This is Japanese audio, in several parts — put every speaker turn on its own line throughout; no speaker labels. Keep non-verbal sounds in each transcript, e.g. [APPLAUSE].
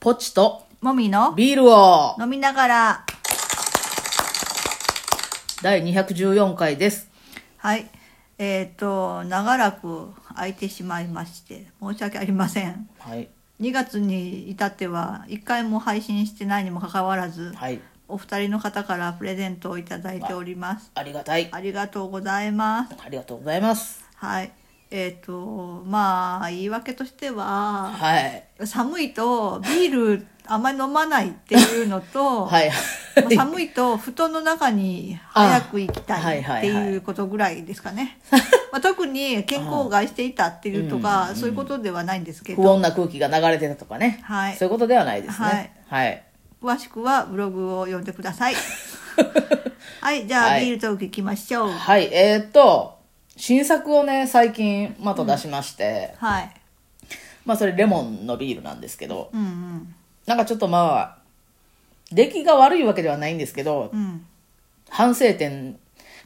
ポチと
もみの
ビールを
飲みながら、
第214回です。
はい。えっ、と、長らく空いてしまいまして、申し訳ありません。
はい。
2月に至っては、1回も配信してないにもかかわらず、
はい。
お二人の方からプレゼントをいただいております。
ありがたい。
ありがとうございます。
ありがとうございます。
はい。えっ、と、まあ、言い訳としては、
はい。
寒いとビールあんまり飲まないっていうのと、
はい。
まあ寒いと布団の中に早く行きたいっていうことぐらいですかね。まあ、特に健康を害していたっていうとか、そういうことではないんですけ
不
ど、
穏な空気が流れてたとかね。
はい
そういうことではないですね。はい。
詳しくはブログを読んでください。はい、じゃあ、
はい
ビールトーク行きましょう。
はい。えーっと、新作をね、最近また出しまして、
はい。
まあそれレモンのビールなんですけど、
うんうん。
なんかちょっとまあ、出来が悪いわけではないんですけど、
うん。
反省点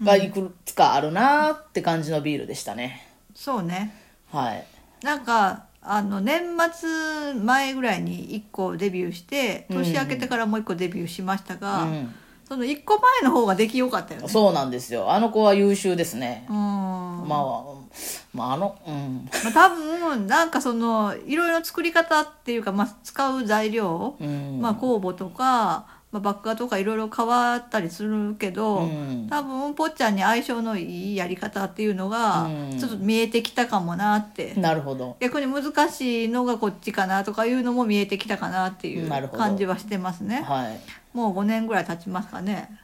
がいくつかあるなーって感じのビールでしたね。
そうね。
はい。
なんか、あの、年末前ぐらいに1個デビューして、年明けてからもう1個デビューしましたが、
うん
その1個前の方が出来良かったよね。
そうなんですよ。あの子は優秀ですね
う。ん。
まあ、まあ、あの、うん。
まあ、多分なんかそのいろいろ作り方っていうか、まあ、使う材料、
うん
まあ、酵母とか、まあ、バッカーとかいろいろ変わったりするけど、
うん
多分ぽっちゃんに相性のいいやり方っていうのが
うん
ちょっと見えてきたかもなって、
なるほど。
逆に難しいのがこっちかなとかいうのも見えてきたかなっていう
なるほど
感じはしてますね
はい。
もう5年ぐらい経ちますかね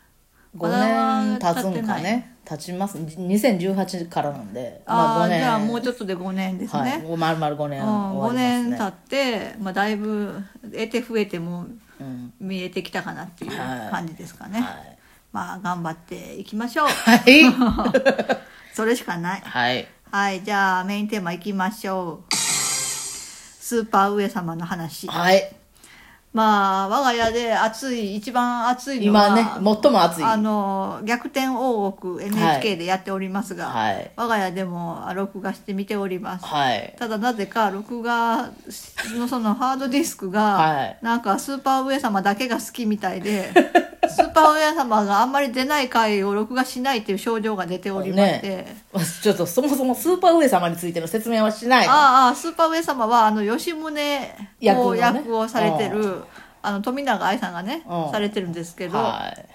まだ
5年経つんか
経ってな
ね。経ちます。2018からなんで。
あ
まあ、
あ
5
ー
年。
じゃあもうちょっとで5年ですね、
はい。もう丸々5年
うん、5
終わり
年経
ますね。
って、まあ、だいぶ得て増えても
うん
見えてきたかなっていう
はい
感じですかね、
はい。
まあ頑張っていきましょう
はい。
それしかない [LAUGHS]
はい。
はいじゃあメインテーマいきましょうスーパー上様の話
はい。
まあ我が家で暑い一番暑いのは
今ね、最も暑い。
あ
は
の逆転王国 NHK でやっておりますが、
い。
我が家でもあ録画して見ております
はい。
ただなぜか録画のそのハードディスク
は
が
い
なんかスーパー上様だけが好きみたいで
[LAUGHS]
スーパー上様があんまり出ない回を録画しないっていう症状が出ておりまして、
ちょっとそもそもスーパー上様についての説明はしないの。
ああああスーパー上様はあの吉宗
役
を
のね
役をされて
う
るあの富永愛さんがね
うん
されてるんですけど、
はい。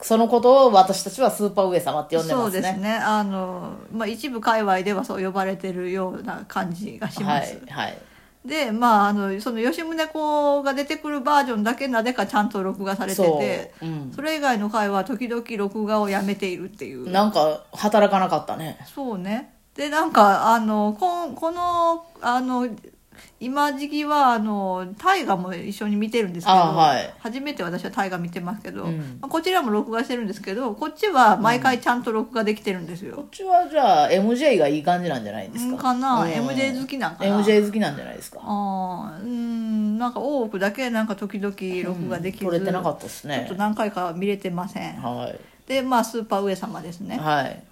そのことを私たちはスーパー上様って呼んで
そ
ま
う
す
です
ね。
ねあの、まあ、一部界隈ではそう呼ばれてるような感じがし
は
ます
い。。はい。
でまああのその吉宗公が出てくるバージョンだけなぜかちゃんと録画されてて
そううん
それ以外の回は時々録画をやめているっていう
なんか働かなかったね。
そうねでなんかあのこんこのあの今時期はあの大河も一緒に見てるんですけど、
あはい
初めて私は大河見てますけど、
うん
まあこちらも録画してるんですけどこっちは毎回ちゃんと録画できてるんです
こ
よ、
っちはじゃあ MJ がいい感じなんじゃないです
うん
か。
かな、
うん
MJ 好きなんかな
MJ 好きなんじゃないですか。
あーうんなんか大奥だけなんか時々録画できず、
取れてなかったです
ちょっ
ね
と。何回か見れてません
は
でまあスーパー上様です
い。
ね
はい。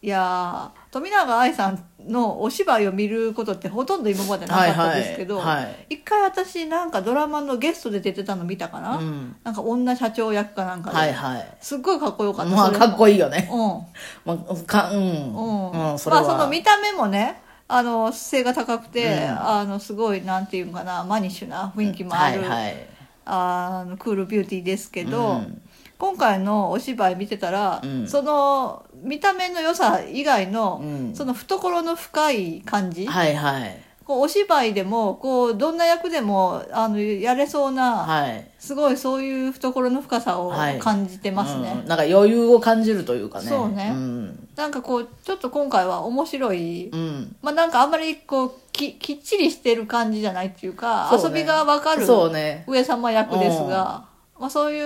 いやー富永愛さんのお芝居を見ることってほとんど今までなかったんですけど、
はいはいはい
一回私なんかドラマのゲストで出てたの見たかな、
うん
なんか女社長役かなんかで、
はいはい。
すっごいかっこよかった、
まあかっこいいよ
い
ね。
うん
まあ、かうん。
うん
うん、それ
まあその
は。
見た目もねあの背が高くて、あのすごいなんていうんかなマニッシュな雰囲気もあ
は
る、
いはい。
あのクールビューティーですけど、
うん
今回のお芝居見てたら、
うん
その見た目の良さ以外の、
うん
その懐の深い感じ、
はいはい。
こうお芝居でもこうどんな役でもあのやれそうな、
はい。
すごいそういう懐の深さを
はい
感じてますね。
うんなんか余裕を感じるというかね。
そうね
うん。
なんかこうちょっと今回は面白い、
うん。
まあなんかあんまりこうききっちりしてる感じじゃないっていうか
そう
遊
ね
びがわかる
そうね。
上様役ですが、まあ、そうい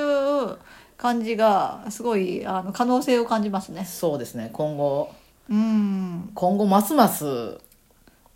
う感じがすごいあの可能性を感じますね。
そうですね。今後、
うん
今後ますます、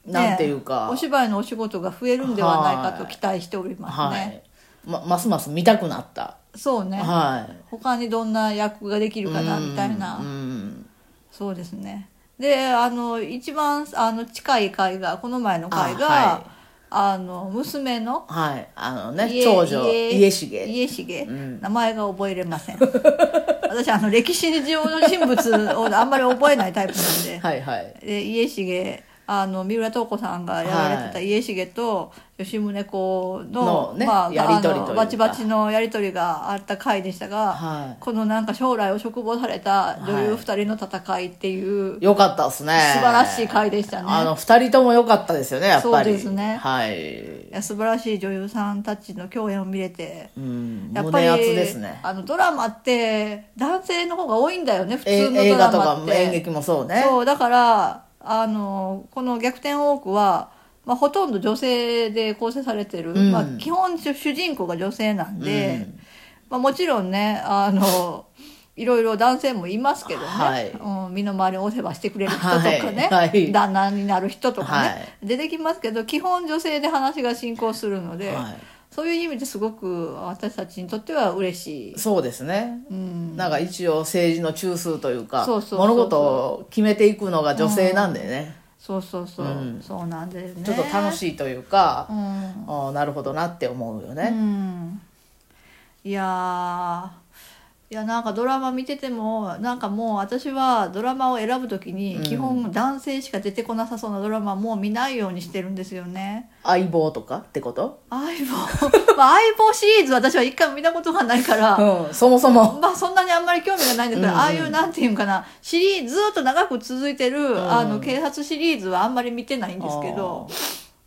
なんていうか。
ねお芝居のお仕事が増えるんではないかと期待しておりますね。
はいまますます見たくなった、
そうね、
はい
他にどんな役ができるかなみたいな、
うんうん
そうですね。であの一番あの近い回がこの前の回があ、
あはい
あの娘の
はい。あのね、
家
長女、家重。
家重、
ん
名前が覚えれません私あの歴史上の人物をあんまり覚えないタイプなんで
はいはい。
で家重あの三浦透子さんがやられてた家重と吉宗公の,、
のね
まあ、
やり取りというか
あのバチバチのやり取りがあった回でしたが、
はい
このなんか将来を嘱望された女優
はい
二人の戦いっていう、
よかったですね。
素晴らしい回でしたね
あの、二人とも良かったですよね、やっぱり。
そうですね
はい。
いや素晴らしい女優さんたちの共演を見れて。
うん。
やっぱり
胸熱ですね。
あのドラマって男性の方が多いんだよね普
え
通の
映
ド
画
ラ
と
マ
か
って
演劇もそうね。
そうだからあのこの「逆転多くは、まあ、ほとんど女性で構成されてる、
うん
まあ、基本主主人公が女性なん
う
で、
ん
まあ、もちろんねあのいろいろ男性もいますけどね、
はい
うん、身の回りをお世話してくれる人とかね、
はいはい
旦那になる人とかね、
はい
出てきますけど基本女性で話が進行するので、
は
そういう意味ですごく私たちにとっては嬉しい
い。。そうですね。
うん
なんか一応政治の中枢というか
そうそうそうそう
物事を決めていくのが女性なんでね、
そうそうそう、
うん
そうなんだよね
ちょっと楽
い、
しいというか
う、ん
あーなるほどなって思うよ
う
ね、
ん、いやーいやなんかドラマ見ててもなんかもう私はドラマを選ぶときに
うん
基本男性しか出てこなさそうなドラマはもう見ないようにしてるんですよね
相棒とかってこと、
相棒まあ相棒シリーズ私は一回も見たことがないから、
うん、そもそも
まあそんなにあんまり興味がないんですけど、
うんうん
ああいうなんていうんかなシリーズずっと長く続いてる、あの警察シリーズはあんまり見てないんですけど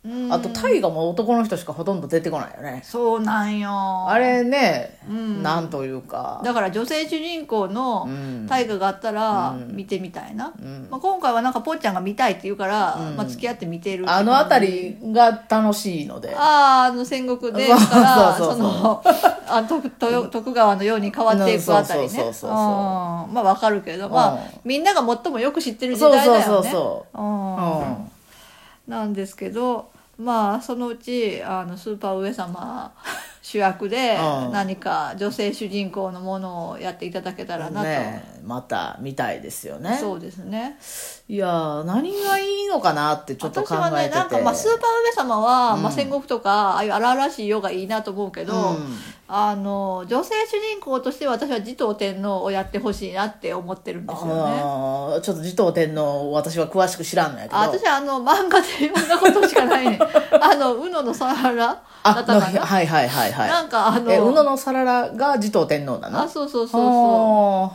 うん
あと大河も男の人しかほとんど出てこないよね
そうなんよ
あれね、
うん
なんというか
だから女性主人公の
うん
大河があったら
うん
見てみたいな、
ん
まあ、今回はなんかぽっちゃんが見たいって言うから、
うん
まあ、付き合って見てる
あの辺りが楽しいので
あーあの戦国で
そ
だ
うそう
から
そう
そのあ徳豊徳川のように変わっていくあたりね
うんそうそうそうそう
うんまあわかるけどまあ、
うん
みんなが最もよく知ってる時
そう
代だよ
そ
ね
うそうそうう、
ん
うん、
なんですけどまあそのうちあのスーパー上様主役で
うん
何か女性主人公のものをやっていただけたらなと、
ねえまた見たいですよね
そうですね
いやー何がいいのかなってちょっと
私
考
は
え
ね
てて
なんか、まあ、スーパー上様は、ま
う
あ、
ん
戦国とかああいう荒々しい世がいいなと思うけど、
うん
あの女性主人公としては私は持統天皇をやってほしいなって思ってるんですよね。
あーちょっと持統天皇私は詳しく知らんのやけど
あ私はあの漫画で読んだことしかな
[LAUGHS]
いねあの宇野のサララ
あ
だった
の
かな
はいはいはいはい
なんかあの
え宇野のさららが持統天皇なの
あそうそうそうそ
そ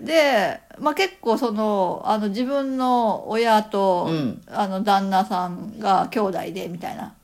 う
で、まあ、結構そのあの自分の親と、
うん
あの旦那さんが兄弟でみたいな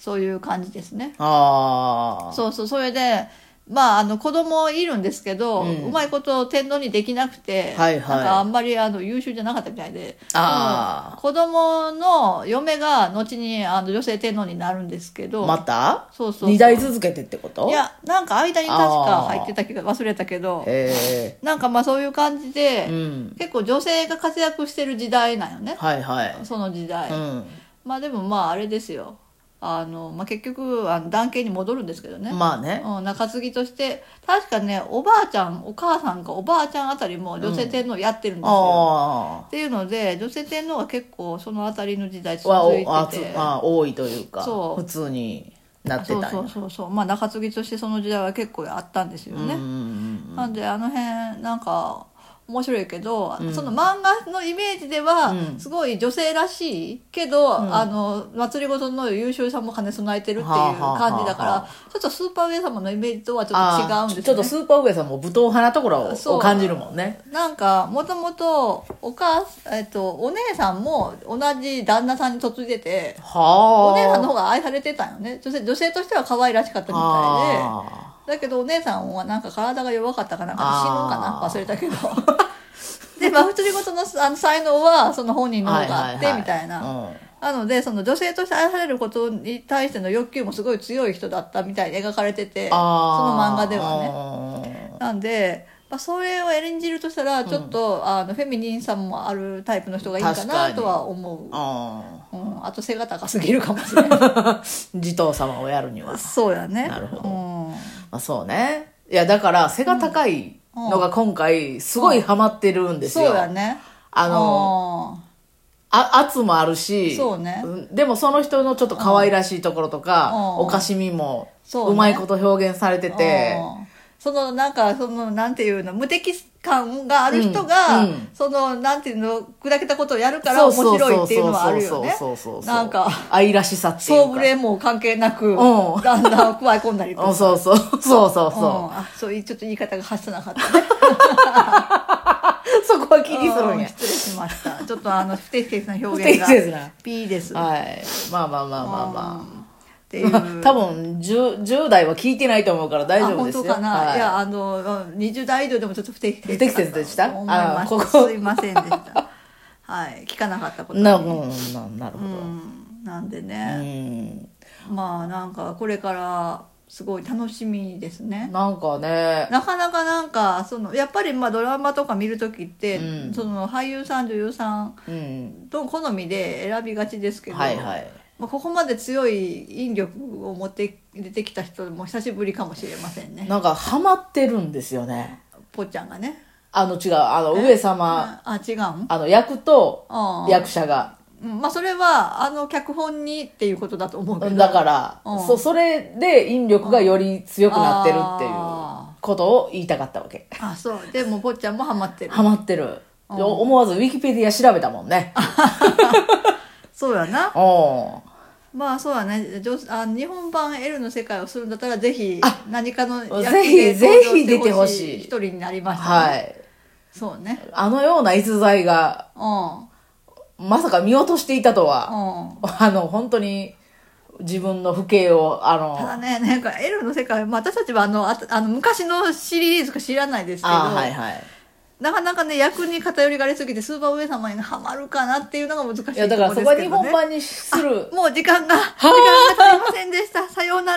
そういう感じですね
うああ
そうそうそれでまああの子供いるんですけど、う
うん
まいこと天皇にできなくて、
はいはい
なんかあんまりあの優秀じゃなかったみたいで
あ
子供の嫁が後にあの女性天皇になるんですけど、
また
そうそうそう
二代続けてってこと
いやなんか間に確か入ってたけど忘れたけど
へ
なんかまあそういう感じで、
えうん
結構女性が活躍してる時代なんよね
はいはい
その時代、
うん
まあでもまああれですよあの、まあ、結局あの男系に戻るんですけどね、
まあね
うん、中継ぎとして確かねおばあちゃんお母さんかおばあちゃんあたりも女性天皇やってるんですよ、
あ
っていうので女性天皇が結構そのあたりの時代
あ
続
はお
い
あ
て
つ
て
あ多いというか
そう
普通になってた
そ
ん
う
や
そうそうそうまあ中継ぎとしてその時代は結構あったんですよ
うん
ね、
うん
なんであの辺なんか面白いけど、その漫画のイメージでは
うん
すごい女性らしいけど、あの祭りごとの優秀さも兼ね備えてるっていう
はあはあはあ
感じだから、ちょっとスーパーウェイ様のイメージとはちょっと違
あ
うん
ー
で
ちょ
すよ
っと
ね。
スーパー上さんも武闘派なところ
そう
を感じるもんね
なんかもともとお母さん、えっと、お姉さんも同じ旦那さんに嫁いでて
はあ
お姉さんの方が愛されてたよね女性女性としては可愛らしかったみたいで。
あ
だけどお姉さんはなんか体が弱かったかなんかで死ぬんかな
あー
忘れたけどでまあ独り言のあの才能はその本人
ー
の方があって
はは
みたいな、
うん
なのでその女性として愛されることに対しての欲求もすごい強い人だったみたいに描かれててその漫画ではね
はね
なんで、まあ、それを演じるとしたらちょっと、あのフェミニンさもあるタイプの人がいいか
確か
な
に
とは思
あ
う、うん、あと背が高すぎるかも
[LAUGHS]
しれない
ー持統様をやるには
そうやね
なるほど
うん
まあそうねいやだから背が高いのが今回すごいハマってるんです
そう
よ
やね
あの
の
あ圧もあるし
そうね
んでもその人のちょっと可愛らしいところとか、
うん
おかしみも
そうね
うまいこと表現されてて、
うんそのなんかそのなんていうの無敵感がある人が、
うんうん
そのなんていうの砕けたことをやるから
そう
面
そう
白
そ
いうっていうのはあ
そう
る
そ
よ
う
ね
そうそう
なんか
愛らしさってい
総
う
ブ
か
レも関係なく、
うん
だんだん加え込んだりと
う
か
ん [LAUGHS] そうそうそうそうそう
うんあそういうちょっと言い方が発さなかったね
そこは気にするん
うん
や
失礼しましたちょっとあの不適切な
不
表
適
現が
切な
P です
はいまあまあまあまあまあ
うんっていう
多分 10, 10代は聞いてないと思うから大丈夫です
あ
よ
本当かな、、
はい
やあのうん20代以上でもちょっと不適切
不適切でした
思いま
あ
し
こ
た
こ
すいませんでした
[LAUGHS]
はい聞かなかったことに
なうんななるほ
う
ど、
んなんで
う
ね、
ん、
まあなんかこれからすごい楽しみですね
なんかね
なかなかなんかそのやっぱりまあドラマとか見る時って、
うん
その俳優さん女優さん
うん
と好みで選びがちですけど、
はいはい
まあ、ここまで強い引力を持って出てきた人も久しぶりかもしれませんね
なんかハマってるんですよね
ぽっちゃんがね
あの違うあの上様
ああ違うん
あの役と
ああ
役者が
うんまあそれはあの脚本にっていうことだと思うけど
だから
うん
そそれで引力がより強くなってるっていう
あ
ことを言いたかったわけ
あそうでも坊ちゃんもハマってる
ハマってる
うん
思わずウィキペディア調べたもんね
そうやな
お
まあそうやね上あ日本版 L の世界をするんだったらぜひ
あ
何かの
ぜひ
登場
ぜひ出てほしい
一人になりました、ね、
はい
そうね
あのような逸材が
うんうん
まさか見落としていたとは、あの本当に自分の不敬をあの
ただねなんか L の世界、まあ、私たちはあのああの昔のシリーズか知らないですけど、
あーはいはい
なかなかね役に偏りがありすぎてスーパー上様にはまるかなっていうのが難しいところ
いや
ですけ
だ
ど、ね、
からそこは日本版にする
もう時間が、時間が足りませんでした。さようなら。